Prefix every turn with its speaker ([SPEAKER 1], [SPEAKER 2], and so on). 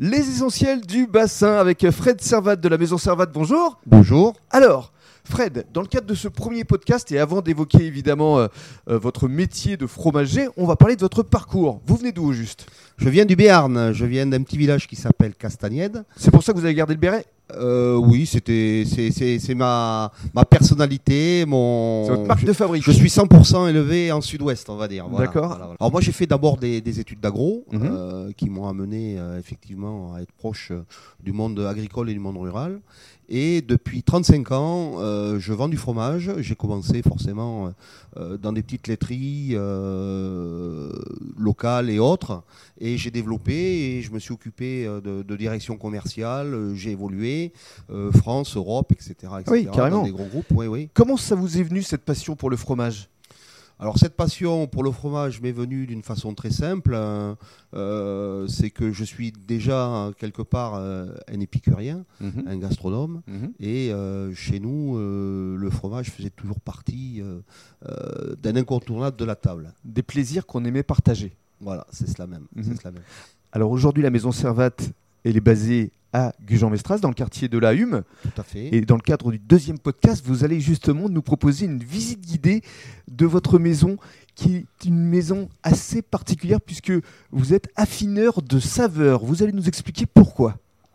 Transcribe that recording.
[SPEAKER 1] Les essentiels du bassin avec Fred Servat de la Maison Servat. Bonjour.
[SPEAKER 2] Bonjour.
[SPEAKER 1] Alors, Fred, dans le cadre de ce premier podcast et avant d'évoquer évidemment euh, euh, votre métier de fromager, on va parler de votre parcours. Vous venez d'où au juste
[SPEAKER 2] Je viens du Béarn. Je viens d'un petit village qui s'appelle Castagnède.
[SPEAKER 1] C'est pour ça que vous avez gardé le béret
[SPEAKER 2] Euh, oui, c'était c'est- c'est c'est ma ma personnalité, mon.
[SPEAKER 1] C'est votre marque
[SPEAKER 2] je,
[SPEAKER 1] de fabrique.
[SPEAKER 2] je suis 100% élevé en Sud-Ouest, on va dire. Voilà,
[SPEAKER 1] D'accord.
[SPEAKER 2] voilà, voilà. Alors moi, j'ai fait d'abord des, des études d'agro
[SPEAKER 1] Mhm.
[SPEAKER 2] euh, qui m'ont amené euh, effectivement à être proche euh, du monde agricole et du monde rural. Et depuis 35 ans, euh, je vends du fromage. J'ai commencé forcément euh, euh, dans des petites laiteries euh, locales et autres. Et j'ai développé et je me suis occupé euh, de, de direction commerciale. Euh, J'ai évolué euh, France, Europe, etc. etc.
[SPEAKER 1] Oui, carrément.
[SPEAKER 2] Dans des gros groupes, oui, oui.
[SPEAKER 1] Comment ça vous est venu cette passion pour le fromage
[SPEAKER 2] Alors cette passion pour le fromage m'est venue d'une façon très simple. Euh, euh, C'est que je suis déjà euh, quelque part euh, un épicurien, un gastronome. Et euh, chez nous, euh, le fromage faisait toujours partie euh, euh, d'un incontournable de la table.
[SPEAKER 1] Des plaisirs qu'on aimait partager.
[SPEAKER 2] Voilà, c'est cela même.
[SPEAKER 1] Mhm.
[SPEAKER 2] c'est cela même.
[SPEAKER 1] Alors aujourd'hui, la Maison Servat, elle est basée à Gujan-Mestras, dans le quartier de la Hume.
[SPEAKER 2] Tout à fait.
[SPEAKER 1] Et dans le cadre du deuxième podcast, vous allez justement nous proposer une visite guidée de votre maison, qui est une maison assez particulière puisque vous êtes affineur de saveurs. Vous allez nous expliquer pourquoi.